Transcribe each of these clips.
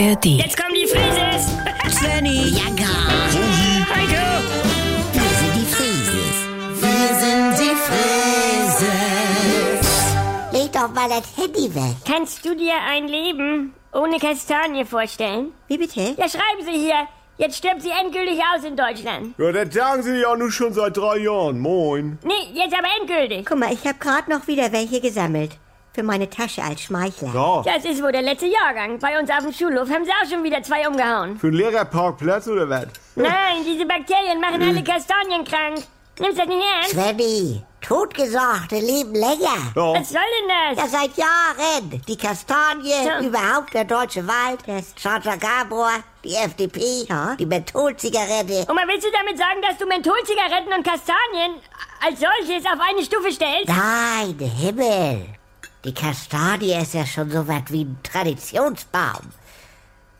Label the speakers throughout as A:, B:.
A: ARD.
B: Jetzt kommen die Frises!
C: Svenny,
D: Ja, gar.
B: Heiko!
D: Wir sind die Frieses. Wir sind die Frieses. Leg doch mal das Handy weg.
B: Kannst du dir ein Leben ohne Kastanie vorstellen?
C: wie bitte?
B: Ja, schreiben Sie hier! Jetzt stirbt sie endgültig aus in Deutschland.
E: Ja, das sagen sie ja nun schon seit drei Jahren. Moin.
B: Nee, jetzt aber endgültig.
C: Guck mal, ich habe gerade noch wieder welche gesammelt. Für meine Tasche als Schmeichler.
E: Ja,
B: Das ist wohl der letzte Jahrgang. Bei uns auf dem Schulhof haben sie auch schon wieder zwei umgehauen.
E: für einen Lehrerparkplatz oder was?
D: Oh.
B: Nein, diese Bakterien machen
D: Äh.
B: alle Kastanien krank. Nimmst du das nicht ernst?
D: Svenny, totgesagte leben länger.
E: Ja.
B: Was soll denn
D: Ja,
B: das?
D: seit Jahren. Die Kastanie,
B: Ja.
D: überhaupt der deutsche Wald,
C: Das-
D: Sascha Gabor, die FDP,
C: Ja.
D: die Mentholzigarette.
B: Und mal willst du damit sagen, dass du Mentholzigaretten und Kastanien als solches auf eine Stufe stellst?
D: Nein, Himmel. Die Kastanie ist ja schon so was wie ein Traditionsbaum.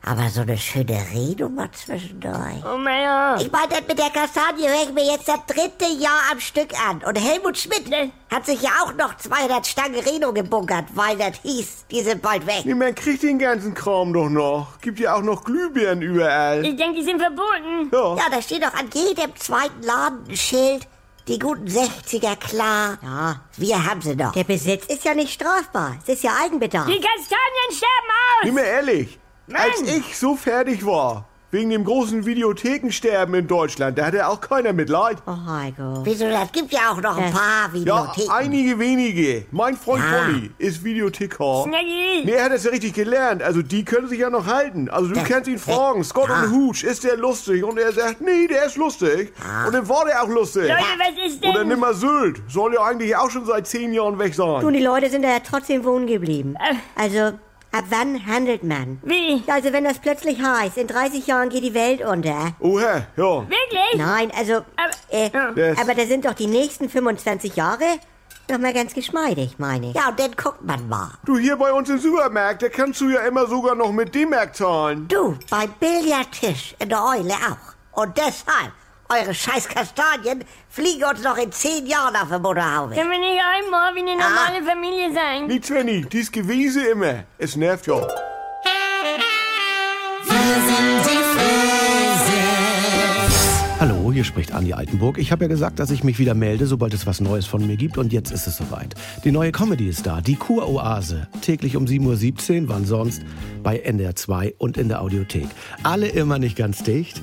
D: Aber so eine schöne Rede mal zwischendurch.
B: Oh mein Gott.
D: Ich meine, das mit der Kastanie höre ich mir jetzt das dritte Jahr am Stück an. Und Helmut Schmidt
B: Ne.
D: hat sich ja auch noch 200 Stangen Reno gebunkert, weil das hieß, die sind bald weg.
E: Nee, man kriegt den ganzen Kram doch noch. Gibt ja auch noch Glühbirnen überall.
B: Ich denke, die sind verboten.
E: Ja.
D: Ja, da steht doch an jedem zweiten Laden ein Schild, die guten 60er klar. Ja, wir haben sie noch.
C: Der Besitz ist ja nicht strafbar. Es ist ja Eigenbedarf.
B: Die Kastanien sterben aus.
E: Nimm mal ehrlich, als ich so fertig war, wegen dem großen Videothekensterben in Deutschland, da hatte auch keiner Mitleid.
C: Oh, Heiko.
D: Wieso, das gibt ja auch noch ein
C: Ja.
D: paar
E: Ja,
D: Videotheken.
E: einige wenige. Mein Freund
D: Ja.
E: Polly ist Videothekar.
B: Snaggy.
E: Nee, er hat das ja richtig gelernt. Also die können sich ja noch halten. Also du kannst ihn fragen, Scott
D: Ja.
E: und Hooch, ist der lustig? Und er sagt, nee, der ist lustig. Und dann war der auch lustig.
B: Leute, was ist
E: Oder
B: denn?
E: nimm mal Sylt. Soll ja eigentlich auch schon seit zehn Jahren weg
C: Nun,
E: sein.
C: die Leute sind da ja trotzdem wohnen geblieben.
B: Äh.
C: Also, ab wann handelt man?
B: Wie?
C: Ja, Also, wenn das plötzlich heißt, in 30 Jahren geht die Welt unter.
E: Oha, Oh, ja.
B: Wirklich?
C: Nein, also, äh,
B: ja.
E: Das-
C: aber da sind doch die nächsten 25 Jahre nochmal ganz geschmeidig, meine ich.
D: Ja, und dann guckt man mal.
E: Du hier bei uns im Supermarkt, da kannst du ja immer sogar noch mit D-Mark zahlen.
D: Du, beim Billardtisch in der Eule auch. Und deshalb, eure scheiß Kastanien fliegen uns noch in zehn Jahren auf der Mutterhaube.
B: Können wir nicht einmal wie eine normale
E: Ah.
B: Familie sein?
E: Nicht Svenny, dies gewesen immer. Es nervt ja.
F: Hallo, hier spricht Andi Altenburg. Ich habe ja gesagt, dass ich mich wieder melde, sobald es was Neues von mir gibt. Und jetzt ist es soweit. Die neue Comedy ist da, die Kuroase. Täglich um 7.17 Uhr, wann sonst, bei NDR 2 und in der Audiothek. Alle immer nicht ganz dicht.